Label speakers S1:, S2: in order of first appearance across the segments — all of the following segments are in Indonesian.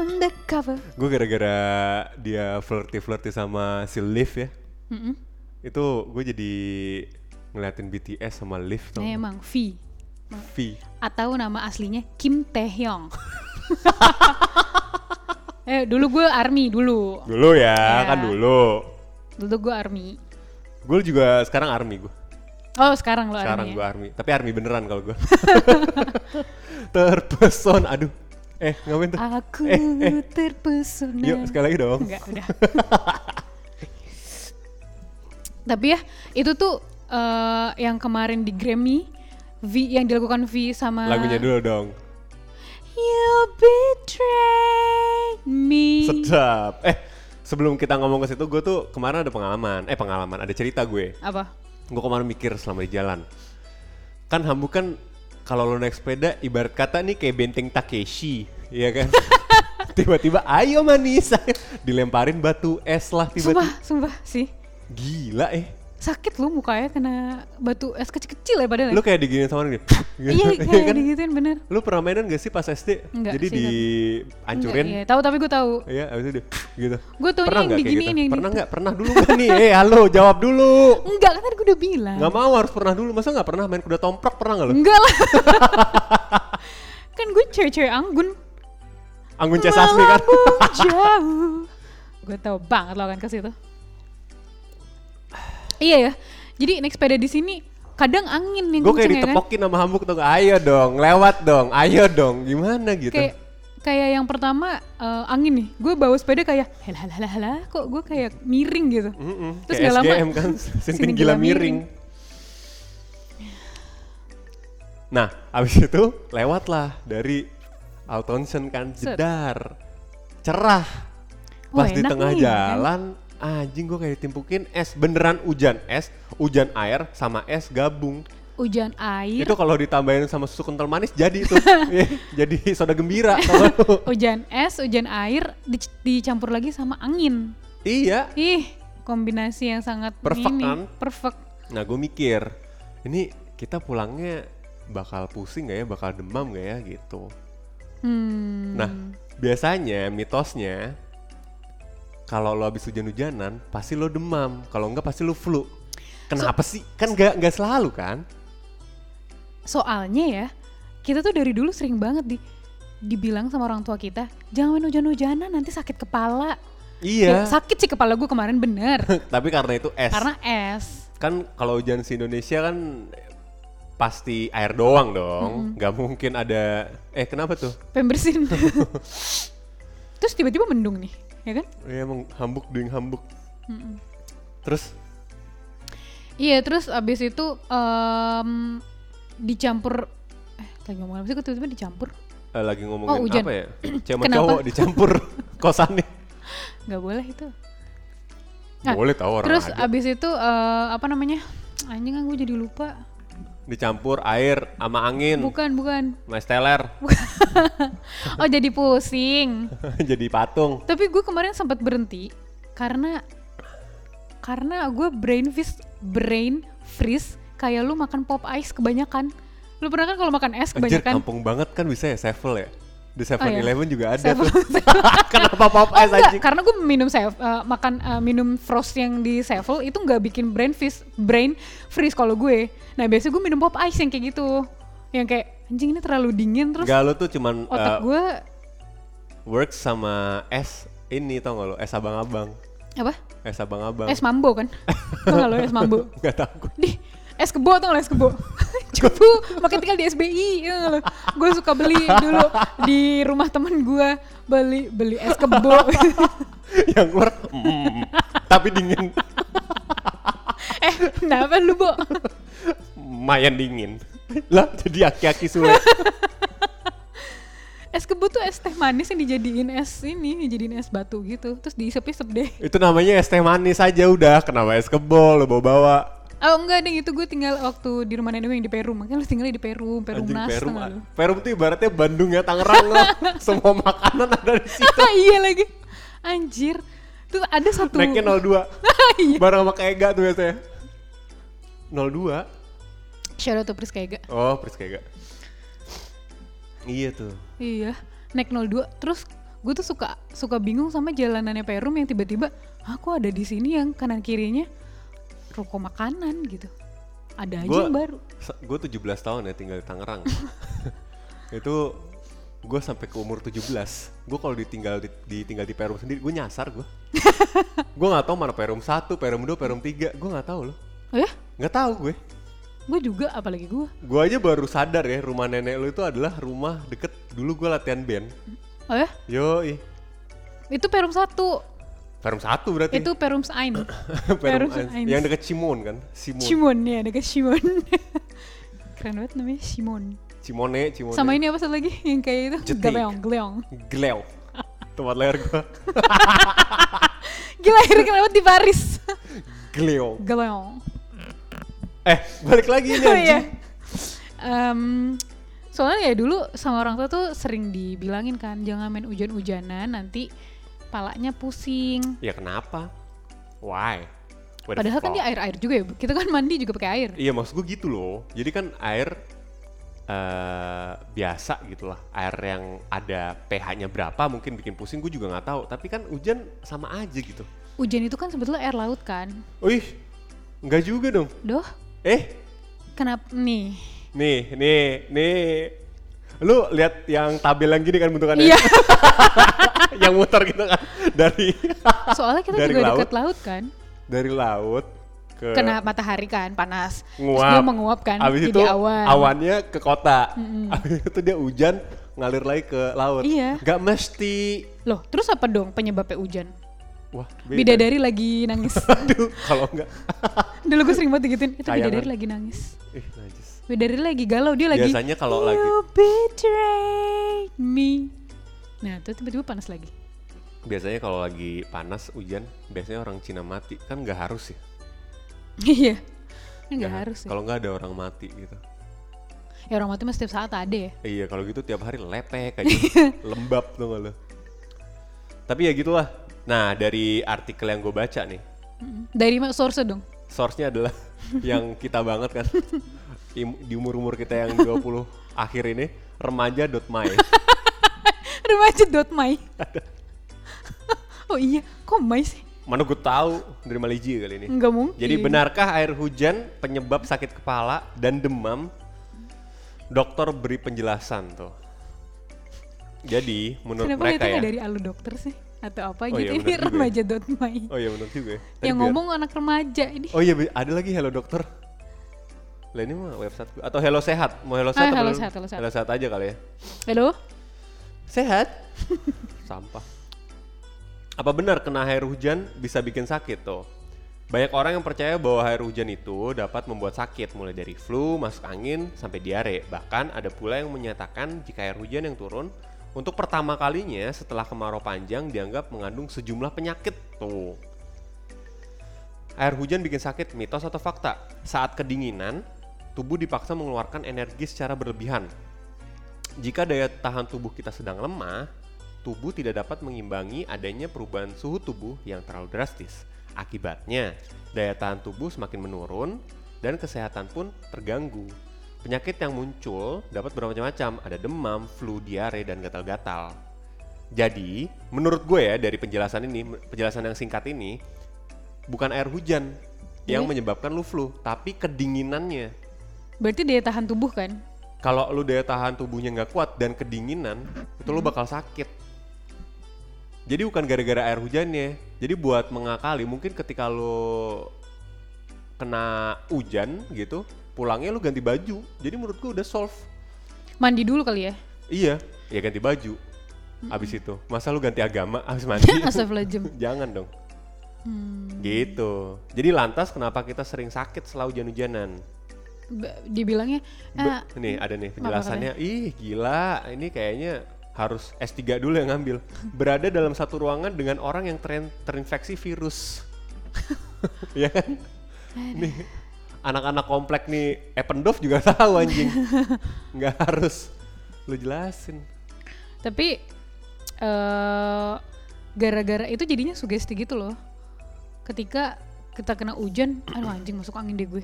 S1: Kenapa?
S2: Gue gara-gara dia flirty-flirty sama si Liv ya. Itu gue jadi ngeliatin BTS sama Liv tau
S1: Nah,
S2: nggak?
S1: emang V
S2: V.
S1: atau nama aslinya Kim Taehyung. eh dulu gue army dulu.
S2: Dulu ya,
S1: Iya.
S2: kan dulu.
S1: Dulu gue army.
S2: Gue juga sekarang army gue.
S1: Oh sekarang lo
S2: Sekarang
S1: army.
S2: gue
S1: ya?
S2: army. Tapi army beneran kalau gue. Terpesona, aduh. Eh, ngapain tuh?
S1: Aku
S2: Eh, eh.
S1: terpesona.
S2: Yuk, sekali lagi dong.
S1: Enggak, udah. Tapi ya, itu tuh eh, yang kemarin di Grammy, V yang dilakukan V sama
S2: Lagunya dulu dong.
S1: You betrayed me.
S2: Sedap. Eh, sebelum kita ngomong ke situ, gue tuh kemarin ada pengalaman. Eh, pengalaman. Ada cerita gue.
S1: Apa?
S2: Gue kemarin mikir selama di jalan. Kan Hambu kan kalau lo naik sepeda, ibarat kata nih kayak benteng Takeshi. Iya kan? Tiba-tiba, ayo manis. Dilemparin batu es lah
S1: Sumpah,
S2: tiba-tiba.
S1: sumpah sih.
S2: Gila eh.
S1: Sakit lu mukanya kena batu es kecil-kecil ya badannya.
S2: Lu kayak diginiin sama orang gitu.
S1: iya, kayak digituin bener.
S2: Lu pernah mainan gak sih pas SD?
S1: Enggak
S2: Jadi
S1: sih,
S2: dihancurin.
S1: Enggak, Iya, tahu tapi gue tahu.
S2: Iya, abis itu dia gitu.
S1: Gue taunya
S2: pernah
S1: yang
S2: nggak kayak
S1: diginiin, yang
S2: Pernah
S1: gitu.
S2: nggak? Pernah dulu nggak nih? Eh, halo, jawab dulu.
S1: Enggak, kan gue udah bilang.
S2: Nggak mau harus pernah dulu. Masa nggak pernah main kuda tomprok pernah nggak lu?
S1: Enggak lah. kan gue cewek-cewek anggun.
S2: Anggun C. Sasmi kan.
S1: Melambung jauh. Gue tau banget lo akan ke situ. Iya ya. Jadi naik sepeda di sini kadang angin yang
S2: Gue kayak
S1: kenceng ya kan?
S2: ditepokin sama hambuk tuh. Ayo dong, lewat dong. Ayo dong. Gimana gitu.
S1: Kayak kayak yang pertama eh, angin nih. Gue bawa sepeda kayak helah helah, helah helah kok gue kayak miring gitu.
S2: Mm-mm,
S1: Terus
S2: kayak
S1: gak lama
S2: SGM kan, sinting gila miring. Nah, abis itu lewat lah dari Altonsen kan
S1: Set.
S2: jedar, cerah.
S1: Wah,
S2: Pas di
S1: enak
S2: tengah
S1: nih, kan?
S2: jalan, anjing gue kayak ditimpukin es. Beneran hujan es, hujan air sama es gabung.
S1: Hujan air,
S2: Itu kalau ditambahin sama susu kental manis jadi tuh, Iya, jadi soda gembira. tau gak lu?
S1: hujan es, hujan air dic- dicampur lagi sama angin.
S2: iya,
S1: Ih, kombinasi yang sangat
S2: Perfect,
S1: ini,
S2: kan?
S1: perfect.
S2: Nah gue mikir, ini kita pulangnya bakal pusing gak ya, bakal demam gak ya gitu.
S1: Hmm.
S2: Nah biasanya mitosnya kalau lo habis hujan-hujanan pasti lo demam, kalau enggak pasti lo flu. Kenapa sih? Kan gak, nggak selalu kan?
S1: soalnya ya kita tuh dari dulu sering banget di dibilang sama orang tua kita jangan main hujan-hujanan nanti sakit kepala Ya,
S2: Iya,
S1: sakit sih kepala gue kemarin bener
S2: tapi karena itu es.
S1: karena es
S2: Kan kalau hujan si Indonesia kan pasti air doang dong, nggak mungkin ada, eh kenapa tuh?
S1: pembersin terus tiba-tiba mendung nih ya kan
S2: Ya emang hambuk doing hambuk. Terus
S1: iya terus abis itu em, dicampur eh lagi ngomong apa sih kok tiba-tiba dicampur
S2: Eh, lagi ngomongin
S1: Oh, hujan.
S2: apa ya? Cewek sama
S1: Kenapa?
S2: cowok dicampur kosannya.
S1: nggak boleh itu Ah,
S2: Boleh tahu orang
S1: terus
S2: ada.
S1: abis itu eh, apa namanya anjing kan gue jadi lupa
S2: Dicampur air sama angin,
S1: bukan bukan
S2: sama es teler,
S1: oh jadi pusing
S2: jadi patung.
S1: Tapi gue kemarin sempat berhenti karena karena gue brain freeze brain freeze kayak lu makan pop ice kebanyakan. Lu pernah kan kalau makan es
S2: Anjir
S1: kebanyakan?
S2: kampung banget kan bisa ya Sevel ya? Di
S1: Oh, iya.
S2: 7-Eleven juga ada
S1: Sevel.
S2: tuh. Kenapa pop
S1: Oh
S2: ice
S1: enggak,
S2: anjing?
S1: karena gue minum saya makan eh, minum frost yang di Sevel itu nggak bikin brain freeze brain freeze kalau gue. Nah biasanya gue minum pop ice yang kayak gitu, yang kayak anjing ini terlalu dingin terus
S2: Enggak lo tuh cuman eh,
S1: otak gue
S2: work sama es ini tau gak lo? Es abang-abang.
S1: apa?
S2: Es abang-abang.
S1: Es mambo kan? Kalau es mambo.
S2: Gak tau gue.
S1: di es kebo tuh es kebo cupu makin tinggal di SBI gue suka beli dulu di rumah temen gue beli beli es kebo
S2: Yang keluar, mm, tapi dingin.
S1: eh kenapa lu bo
S2: Lumayan dingin. lah jadi aki-aki sulit.
S1: es kebo tuh es teh manis yang dijadiin es ini dijadiin es batu gitu terus diisep-isep deh
S2: Itu namanya es teh manis aja udah. Kenapa es kebol lo bawa-bawa?
S1: oh enggak deh itu gue tinggal waktu di rumah nenek gue yang di Peru makanya lu tinggal di Peru Peru
S2: Anjing
S1: Nas
S2: Perum.
S1: tau gak lu?
S2: ah. Perum tuh ibaratnya Bandung ya Tangerang loh. Semua makanan ada di situ.
S1: iya lagi anjir tuh ada satu
S2: Naiknya 02.
S1: Iya.
S2: Bareng sama kayak Ega tuh biasanya. 02.
S1: Shout out to Priska Ega.
S2: Oh, Pris kayak Ega. Iya tuh.
S1: Iya, naik 02. Terus gue tuh suka suka bingung sama jalanannya Perum yang tiba-tiba aku ada di sini yang kanan kirinya ruko makanan gitu ada aja yang baru
S2: Gue 17 tahun ya tinggal di Tangerang. itu gue sampai ke umur 17 gue kalau ditinggal di, ditinggal di Perum sendiri gue nyasar gue gue nggak tahu mana Perum 1, Perum 2, Perum 3 gue nggak tahu loh
S1: oh ya
S2: nggak tahu gue
S1: gue juga apalagi gue
S2: gue aja baru sadar ya rumah nenek lu itu adalah rumah deket dulu gue latihan band
S1: oh ya
S2: yoi
S1: itu Perum satu
S2: Perum 1 berarti
S1: itu Perum Ein
S2: Perum
S1: Perum
S2: Eins.
S1: Eins.
S2: yang deket Cimon kan Simon
S1: Shimon ya dekat Shimon keren banget namanya Shimon
S2: Cimone Cimone
S1: sama ini apa satu lagi yang kayak itu
S2: ya. Jetik.
S1: Galeong Galeong
S2: Gleo tempat lahir gue
S1: gila akhirnya keren banget di Paris
S2: Gleo
S1: Galeong
S2: eh balik lagi ini
S1: Oh iya.
S2: anjing
S1: Em, soalnya ya dulu sama orang tua tuh sering dibilangin kan jangan main hujan-hujanan nanti palanya pusing.
S2: ya kenapa why What the
S1: Padahal kan
S2: fuck?
S1: dia air-air juga ya. Kita kan mandi juga pakai air.
S2: Iya maksud gue gitu loh. Jadi kan air eh biasa gitu lah. Air yang ada pH-nya berapa mungkin bikin pusing gue juga nggak tahu. Tapi kan hujan sama aja gitu.
S1: Hujan itu kan sebetulnya air laut kan.
S2: Wih, nggak juga dong.
S1: Doh,
S2: Eh,
S1: kenapa nih?
S2: nih, nih, nih. Lu lihat yang tabel yang gini kan bentukannya?
S1: Iya,
S2: yang muter gitu kan dari
S1: soalnya kita
S2: Dari
S1: juga
S2: laut.
S1: dekat laut kan.
S2: dari laut ke
S1: Kena matahari kan, panas. Terus
S2: nguap.
S1: dia menguap kan,
S2: Abis
S1: jadi
S2: itu
S1: awan.
S2: awannya ke kota. Abis itu dia hujan ngalir lagi ke laut.
S1: Iya.
S2: Gak mesti.
S1: Loh, terus apa dong penyebabnya hujan?
S2: Wah, beda.
S1: Bidadari lagi nangis.
S2: Aduh, kalau enggak.
S1: Dulu gue sering banget digituin, itu
S2: Tayangan.
S1: bidadari lagi nangis.
S2: Ih, najis.
S1: Widadari lagi galau dia lagi.
S2: Biasanya kalau lagi-
S1: You betrayed me. Nah, terus tiba-tiba panas lagi.
S2: Biasanya kalau lagi panas, hujan, biasanya orang Cina mati. Kan nggak harus ya.
S1: Iya. Enggak harus
S2: Nah,
S1: ya.
S2: Kalau nggak ada orang mati gitu.
S1: Ya orang mati mah setiap saat ada ya.
S2: Eh, iya, kalau gitu tiap hari lepek aja. Lembab tuh nggak lo. Tapi ya gitulah. Nah, dari artikel yang gue baca nih,
S1: Mm-mm. Dari mana source dong?
S2: source-nya adalah yang kita banget kan. Im- Di umur-umur kita yang 20 akhir ini, remaja.my.
S1: Remaja.my. oh iya, kok my sih?
S2: Mana gue tahu dari Malaysia kali ini.
S1: Enggak mungkin.
S2: Jadi benarkah air hujan penyebab sakit kepala dan demam? Dokter beri penjelasan tuh. Jadi menurut
S1: Kenapa
S2: mereka
S1: lihatnya
S2: ya.
S1: nggak dari alu dokter sih? Atau apa
S2: Oh
S1: gitu.
S2: iya,
S1: ini
S2: benar juga ya.
S1: remaja.my.
S2: Oh iya benar juga. ya. Tadi
S1: Yang
S2: biar-
S1: ngomong anak remaja ini.
S2: Oh iya be- ada lagi Hello Dokter. Lah ini mah website gua. atau Hello Sehat. Mau Hello
S1: Ah,
S2: Sehat apa
S1: Hello
S2: belum?
S1: Sehat, Hello Sehat.
S2: aja kali ya.
S1: Halo?
S2: Sehat. Sampah. Apa benar kena air hujan bisa bikin sakit tuh? Banyak orang yang percaya bahwa air hujan itu dapat membuat sakit mulai dari flu, masuk angin, sampai diare. Bahkan ada pula yang menyatakan jika air hujan yang turun untuk pertama kalinya setelah kemarau panjang dianggap mengandung sejumlah penyakit tuh. Air hujan bikin sakit, mitos atau fakta? Saat kedinginan, tubuh dipaksa mengeluarkan energi secara berlebihan. Jika daya tahan tubuh kita sedang lemah, tubuh tidak dapat mengimbangi adanya perubahan suhu tubuh yang terlalu drastis. Akibatnya, daya tahan tubuh semakin menurun dan kesehatan pun terganggu. Penyakit yang muncul dapat bermacam-macam, ada demam, flu, diare, dan gatal-gatal. Jadi, menurut gue ya dari penjelasan ini, penjelasan yang singkat ini, bukan air hujan yang menyebabkan lu flu, tapi kedinginannya.
S1: Berarti daya tahan tubuh kan?
S2: Kalau lu daya tahan tubuhnya nggak kuat dan kedinginan, itu lu bakal sakit. Jadi bukan gara-gara air hujannya. Jadi buat mengakali, mungkin ketika lu kena hujan gitu, pulangnya lu ganti baju. Jadi menurut gua udah solve.
S1: Mandi dulu kali ya.
S2: Iya, ya ganti baju. Abis itu, masa lu ganti agama abis mandi?
S1: Astagfirullahaladzim.
S2: Jangan dong. Gitu. Jadi lantas kenapa kita sering sakit setelah hujan-hujanan?
S1: Ba- Dibilangnya,
S2: Be-
S1: "Ah,
S2: nih ada nih penjelasannya. Ih gila, ini kayaknya harus S3 dulu yang ngambil. Berada dalam satu ruangan dengan orang yang teren- terinfeksi virus. ya kan? Nih anak-anak komplek nih Eppendorf juga tahu anjing. Nggak harus lu jelasin.
S1: Tapi eh gara-gara itu jadinya sugesti gitu loh. Ketika kita kena hujan, aduh anjing masuk angin deh gue.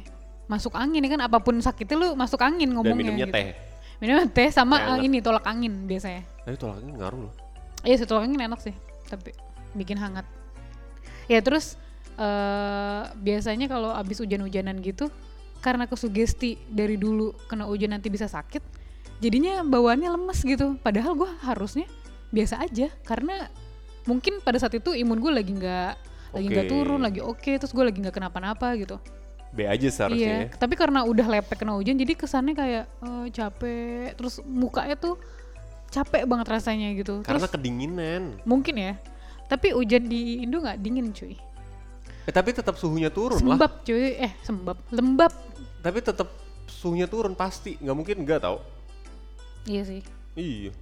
S1: Masuk angin ya kan apapun sakitnya lu masuk angin ngomongnya.
S2: minumnya
S1: gitu.
S2: teh.
S1: Minumnya teh sama
S2: Teh
S1: eh,
S2: anget.
S1: ini tolak angin biasanya.
S2: Tapi tolaknya ngaruh loh.
S1: Iya soto angin enak sih, tapi bikin hangat. Ya terus eh biasanya kalau abis hujan-hujanan gitu, karena kesugesti dari dulu kena hujan nanti bisa sakit, jadinya bawaannya lemes gitu. Padahal gua harusnya biasa aja, karena mungkin pada saat itu imun gue lagi nggak lagi nggak
S2: Oke.
S1: turun, lagi oke, terus gue lagi nggak kenapa-napa gitu.
S2: B aja seharusnya. ya.
S1: Iya, tapi karena udah lepek kena hujan jadi kesannya kayak eh, capek, terus mukanya tuh capek banget rasanya gitu.
S2: Karena
S1: terus
S2: kedinginan.
S1: mungkin ya. Tapi hujan di Indo nggak dingin cuy.
S2: Eh, tapi tetap suhunya turun lah.
S1: Sembab cuy, eh sembab, lembab.
S2: Tapi tetap suhunya turun pasti. Nggak mungkin nggak tau.
S1: Iya sih.
S2: Iya.